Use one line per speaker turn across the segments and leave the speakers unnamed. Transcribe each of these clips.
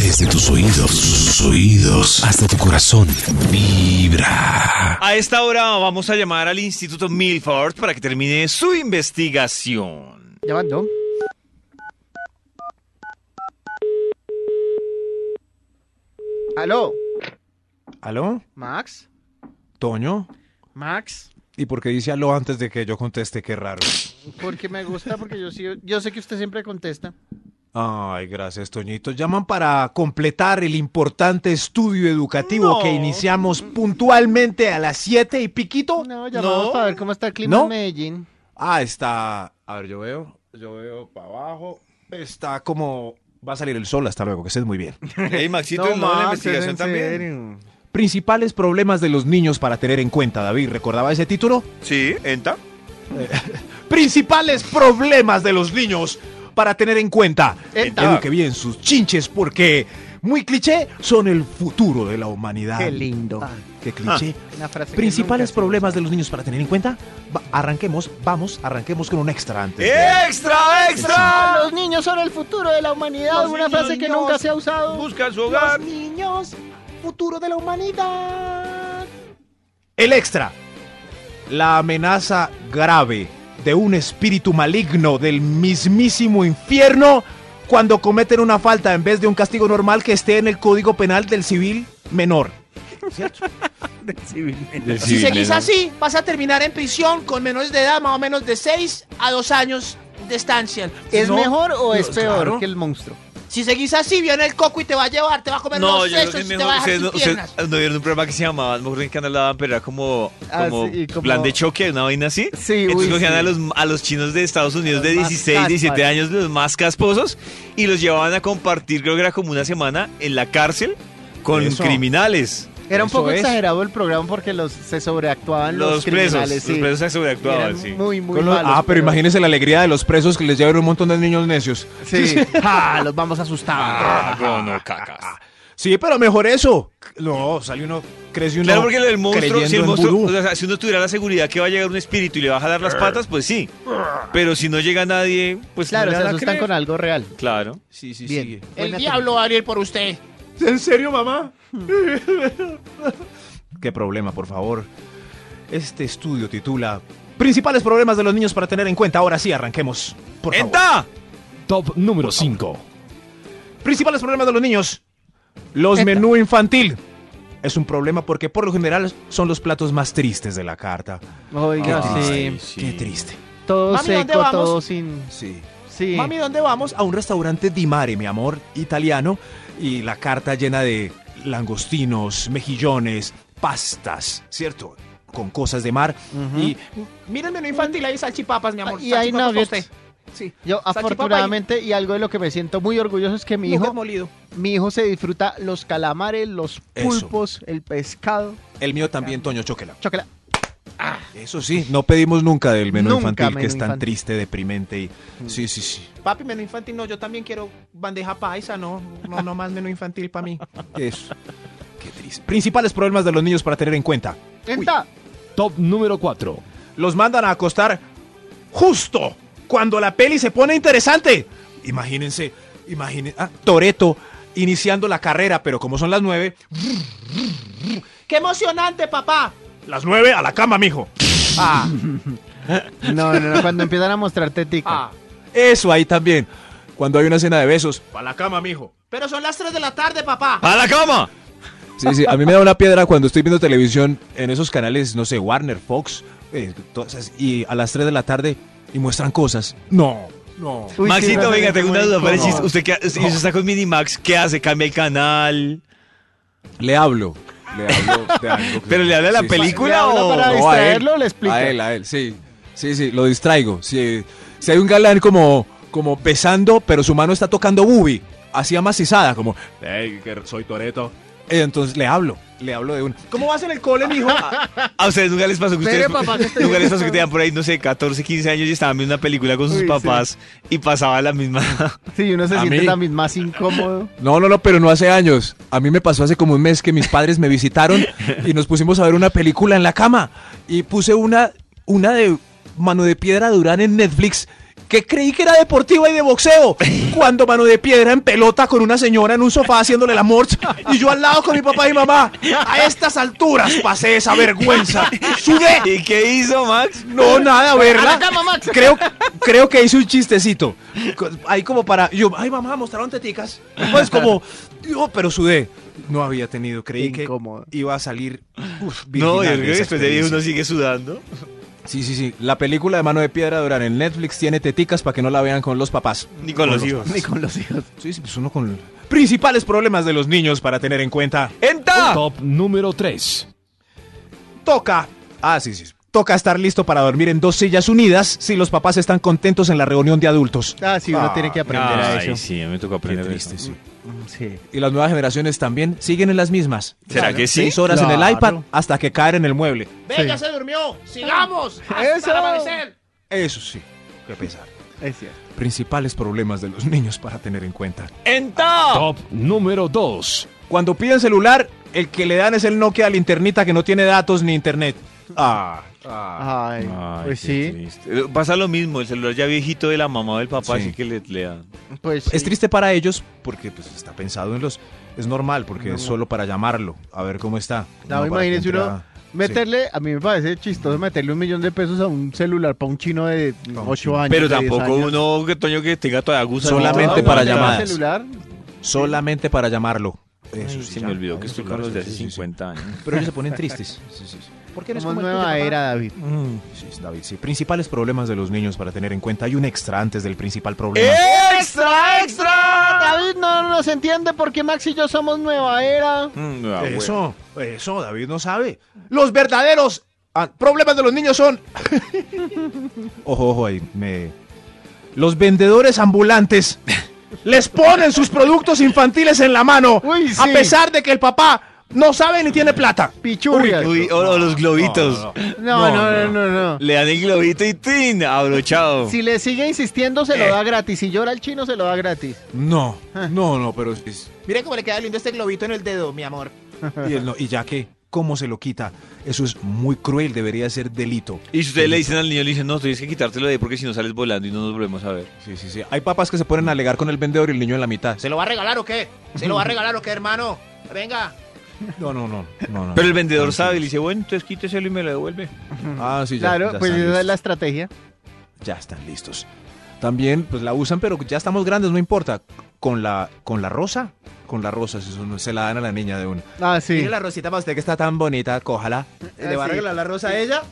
Desde tus oídos, oídos, hasta tu corazón, vibra.
A esta hora vamos a llamar al Instituto Milford para que termine su investigación.
Llamando. Aló,
¿Aló?
Max,
¿Toño?
Max,
¿Y por qué dice aló antes de que yo conteste? Qué raro.
porque me gusta, porque yo sí, yo sé que usted siempre contesta.
Ay, gracias, Toñito. Llaman para completar el importante estudio educativo
No.
que iniciamos puntualmente a las 7 y piquito.
No, llamamos
No.
para ver cómo está el clima
No.
en Medellín.
Ah, está. A ver, yo veo. Yo veo para abajo. Está como. Va a salir el sol hasta luego, que estés muy bien.
Hey, Maxito, el nuevo en la investigación también.
Principales problemas de los niños para tener en cuenta, David. ¿Recordaba ese título?
Sí, enta.
principales problemas de los niños para tener en cuenta.
Eta.
Eduque bien sus chinches porque, muy cliché, son el futuro de la humanidad. Ah,
Qué lindo. Ah.
Qué cliché.
Una frase que
Principales
nunca se
problemas de los niños para tener en cuenta. Va- arranquemos, vamos, arranquemos con un extra antes. de-
¡Eh!
¡Extra,
usa.
extra!
Ah, Los niños son el futuro de la humanidad,
Los
una frase que
niños
nunca se ha usado.
Busca su hogar.
niños, futuro de la humanidad. El extra. La amenaza grave de un espíritu maligno del mismísimo infierno cuando cometen una falta en vez de un castigo normal que esté en el Código Penal del Civil Menor.
Si seguís así, vas a terminar en prisión con menores de edad, más o menos de 6 a 2 años de estancia.
¿Es
No,
mejor o es
no,
peor
claro.
que el monstruo?
Si seguís así, viene el coco y te va a llevar, te va a comer
No,
los
yo creo que
sesos
es
y te va a
mejor.
dejar
Ustedes
sin
no,
piernas.
ustedes no vieron un programa que se llamaba, no me acuerdo en qué canal daban, pero era como,
Ah,
como,
sí, y como-
plan de choque, una vaina así.
Sí,
Entonces
uy,
cogían
sí.
a, los, a los chinos de Estados Unidos de
Los más
16, 17
caspas.
años, los más casposos, y los llevaban a compartir, creo que era como una semana, en la cárcel con
Eso.
criminales.
Era un
Eso
poco
es.
exagerado el programa porque los, se sobreactuaban los,
Los, presos.
criminales,
Los
sí.
presos se sobreactuaban,
Eran
sí.
muy, muy
Con los-
malos,
ah, pero, imagínense la alegría de los presos que les llevan un montón de niños necios.
Sí. Ah, los vamos a asustar.
Ah, no, no, cacas.
Sí, pero mejor eso. No, sale uno, crece uno.
Claro, porque el monstruo,
creyendo
si el
en
monstruo,
vudú.
o sea, si uno tuviera la seguridad que va a llegar un espíritu y le va a jalar las patas, pues sí. Pero si no llega nadie, pues no
Claro,
le
se
van a
asustan
creer.
con algo real.
Claro.
Sí, sí,
Bien.
sí.
El
Buena
diablo va a venir por usted.
¿En serio, mamá? Qué problema, por favor. Este estudio titula Principales problemas de los niños para tener en cuenta. Ahora sí, arranquemos. Por favor.
¡Enta!
Top número 5.
Principales problemas de los niños. Los
Eta.
menú infantil. Es un problema porque por lo general son los platos más tristes de la carta.
Oiga,
Qué
sí.
triste. Qué triste.
Todo
Mami, ¿dónde
seco,
vamos?
todo sin.
Sí.
Sí.
Mami, ¿dónde vamos? A un restaurante Di Mare, mi amor, italiano. Y la carta llena de langostinos, mejillones, pastas, ¿cierto? Con cosas de mar.
Ujú.
Y
Mira el menú infantil, ahí salchipapas, mi amor.
Ah, y hay
salchipapas pa'
nuggets.
usted. Sí.
Yo,
Salchipapa
afortunadamente, y algo de lo que me siento muy orgulloso es que mi
Nugget
hijo,
molido.
mi hijo se disfruta los calamares, los
Eso.
pulpos, el pescado.
el mío también, Toño Choquela.
Chocolate.
Eso sí, no pedimos nunca del menú
Nunca
infantil,
menú
que es tan
infantil. Mm.
triste, deprimente. Y... Sí, sí, sí.
Papi, menú infantil, no, yo también quiero bandeja paisa, no, no, no más menú infantil para mí.
Eso. Qué triste. Principales problemas de los niños para tener en cuenta.
Entra.
Top número 4.
los mandan a acostar justo cuando la peli se pone interesante. Imagínense, imagínense. Ah, Toreto iniciando la carrera, pero como son las nueve,
¡Qué emocionante, papá!
las nueve a la cama, mijo.
Ah,
No, no, no, cuando empiezan a mostrar tetica.
ah.
Eso ahí también. Cuando hay una cena de besos, a la cama, mijo.
Pero son las 3 de la tarde, papá.
Ah,
¡A la cama!
Sí, sí, a mí me da una piedra cuando estoy viendo televisión en esos canales, no sé, Warner, Fox, eh, todas esas, y a las 3 de la tarde y muestran cosas. No, no.
Uy, sí,
Maxito,
no,
venga,
sí,
tengo
muy
una duda.
incómodo.
Parechis, usted, qué ha- si usted está con Minimax, ¿qué hace? ¿Cambia el canal?
Le hablo. Le hablo de algo. que-
¿Pero le habla de la
Sí, sí, sí.
¿Le
película
habla
o...?
para
no, a
distraerlo, le explico.
A él, a él, sí. Sí, sí, lo distraigo. Si, si hay un galán como, como besando, pero su mano está tocando bubi, así amacizada, como, hey, que soy Toreto. Eh, Entonces le hablo, le hablo de una. ¿Cómo vas en el cole, mijo?
¿A ustedes nunca les pasó que ustedes...
Espere, papá, que estoy-
nunca les pasó que tenían por ahí, no sé, 14, 15 años y estaban viendo una película con sus
Uy, sí.
papás y pasaba la misma...
Sí, uno se
A
siente
mí.
también más incómodo.
No, no, no, pero no hace años. A mí me pasó hace como un mes que mis padres me visitaron y nos pusimos a ver una película en la cama. Y puse una, una de Mano de Piedra Durán en Netflix
que creí que era deportiva y de boxeo. Cuando mano de piedra en pelota con una señora en un sofá haciéndole la morcha y yo al lado con mi papá y mamá. A estas alturas pasé esa vergüenza. Sudé.
¿Y qué hizo Max?
No, nada,
A
verla.
la cama, Max.
Creo, creo que hice un chistecito. Co- Ahí como para. Yo,
Ay, mamá, mostraron teticas.
pues como. Yo, pero sudé. No había tenido. Creí
Incómodo.
que iba a salir. uf,
No, yo
virginal de
creo que
esa
después de ahí
experiencia.
uno sigue sudando.
Sí, sí, sí. La película de Mano de Piedra Durán en Netflix tiene teticas para que no la vean con los papás.
Ni con los hijos.
papás.
con los hijos.
Sí, sí, pues uno con... Principales problemas de los niños para tener en cuenta.
¡Enta!
Top número 3.
Toca. Ah, sí, sí. Toca estar listo para dormir en dos sillas unidas si los papás están contentos en la reunión de adultos.
Ah, sí, uno
Ah,
tiene que aprender a
Ay,
eso.
sí, a mí me tocó aprender
triste,
eso.
sí.
Sí.
Y las nuevas generaciones también siguen en las mismas.
¿Será que sí?
Seis horas en el
Claro.
iPad hasta que caen en el mueble.
Ve,
Sí.
ya se durmió. Sigamos. Hasta
Eso.
el amanecer.
Eso sí, qué pesar.
Es cierto.
Principales problemas de los niños para tener en cuenta.
¡Enta!
Top número 2.
Cuando piden celular, el que le dan es el Nokia a la internita que no tiene datos ni internet. Ah, ah.
Ay,
Ay,
pues
qué
sí.
triste. Eh, Pasa lo mismo, el celular ya viejito de la mamá o del papá,
Sí.
así que le, le dan.
Pues
Es
sí.
triste para ellos porque pues, está pensado en los... Es normal porque es solo para llamarlo, a ver cómo está.
No,
para
imagínese
que
uno
entra-
Meterle, a mí me parece chistoso meterle un millón de pesos a un celular para un chino de
Pa' un
8
chino.
años.
Pero
de 10
tampoco
años.
uno que Toño que tenga todavía gusto.
Solamente
No,
para
meterle
llamadas.
un celular,
Sí, solamente para llamarlo. Eso sí,
Se
ya.
me olvidó que
Ay,
estoy
sí,
con los de
sí,
hace
sí, sí.
50 años.
Pero ellos se ponen tristes. Sí, sí, sí. ¿Por qué eres
somos
como el tuyo,
nueva
papá?
era, David.
Mm, sí, David, sí. Principales problemas de los niños para tener en cuenta. Hay un extra antes del principal problema.
¡Extra, extra!
David no nos entiende porque Max y yo somos nueva era.
Mm, ah,
Eso, eso, David no sabe. Los verdaderos ah, problemas de los niños son. ojo, ojo ahí, me. Los vendedores ambulantes les ponen sus productos infantiles en la mano,
Uy, sí.
a pesar de que el papá no sabe ni tiene plata.
Pichurrias.
Uy, o, o los globitos.
no, no, no, no, no.
Le dan el globito y ¡tin! Abrochado.
Si le sigue insistiendo, se lo da gratis. Si llora el chino, se lo da gratis.
No,
Ah.
no, no, pero es-
Mire cómo le queda lindo este globito en el dedo, mi amor.
y, el no- y ya que, ¿cómo se lo quita? Eso es muy cruel, debería ser delito.
Y si ustedes le dicen al niño, le dicen, no, tienes que quitártelo de ahí porque si no sales volando y no nos volvemos a ver.
Sí, sí, sí. Hay papás que se ponen a alegar con el vendedor y el niño en la mitad.
¿Se lo va a regalar o qué? ¿Se lo va a regalar o qué, hermano? Venga.
No, no, no. no, no.
Pero el vendedor
Tranquilo.
sabe y le dice, bueno, entonces quíteselo y me lo devuelve.
Ah, sí, ya,
claro,
ya
pues
están
esa es la
listos.
estrategia.
Ya están listos. También, pues la usan, pero ya estamos grandes, no importa. Con la, con la rosa, con la rosa, si eso no- se la dan a la niña de uno.
Ah, sí. Ah,
Mire la rosita para usted que está tan bonita, cójala.
¿Le va a regalar
la rosa a ella?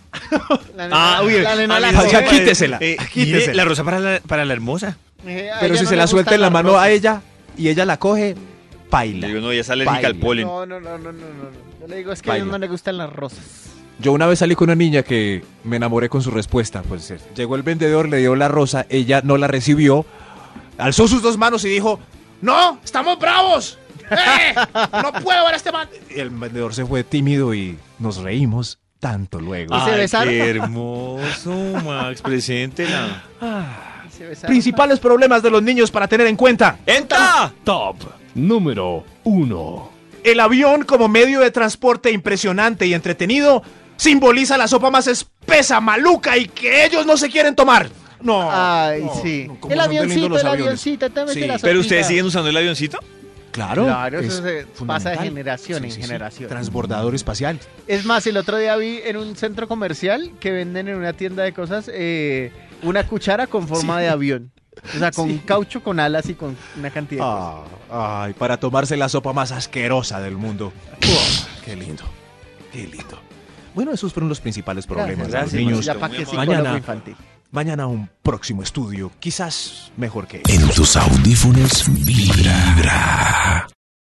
La nena-
Ah, uy,
la nena
a
la
mí se me
Ya
coge.
parece-
quítesela,
eh,
quítesela.
mire, La rosa para la, para la hermosa.
Eh, a
Pero
ella
si
no
se
le
la
gustan
suelta en la
las
mano
rosas.
a ella y ella la coge,
Le
paila.
digo, no, ya sale alérgica al
Baila.
polen.
No, no, no, no, no, no. no. Yo le digo, es que a
Baila.
ella no le gustan las rosas.
Yo una vez salí con una niña que me enamoré con su respuesta. Pues eh, llegó el vendedor, le dio la rosa, ella no la recibió, alzó sus dos manos y dijo,
¡No! ¡Estamos bravos! ¡Eh! ¡No puedo ver a este man!
y el vendedor se fue tímido y nos reímos tanto luego.
Ah. se
Ay,
besaron.
qué hermoso, Max, preséntela.
Y se besaron.
Principales problemas de los niños para tener en cuenta.
¡Enta!
Top número 1.
El avión como medio de transporte impresionante y entretenido simboliza la sopa más espesa, maluca y que ellos no se quieren tomar. No.
Ay,
no,
sí.
no, ¿cómo
el
son de lindos
avioncito,
los
el
aviones?
avioncito, también
Sí.
se la
¿Pero ustedes
sopita.
siguen usando el avioncito?
Claro.
Claro,
es
eso se pasa de
fundamental.
generación
Sí,
en
sí, sí.
generación.
Transbordador espacial.
Es más, el otro día vi en un centro comercial que venden en una tienda de cosas eh, una cuchara con forma de avión. O sea, con caucho, con alas y con una cantidad de cosas.
Ah, ay, para tomarse la sopa más asquerosa del mundo. Uf, qué lindo, qué lindo. Bueno, esos fueron los principales problemas
Gracias,
de los niños.
Ya para que
amable.
psicólogo
Mañana.
infantil.
Mañana un próximo estudio, quizás mejor que este.
En tus audífonos vibra.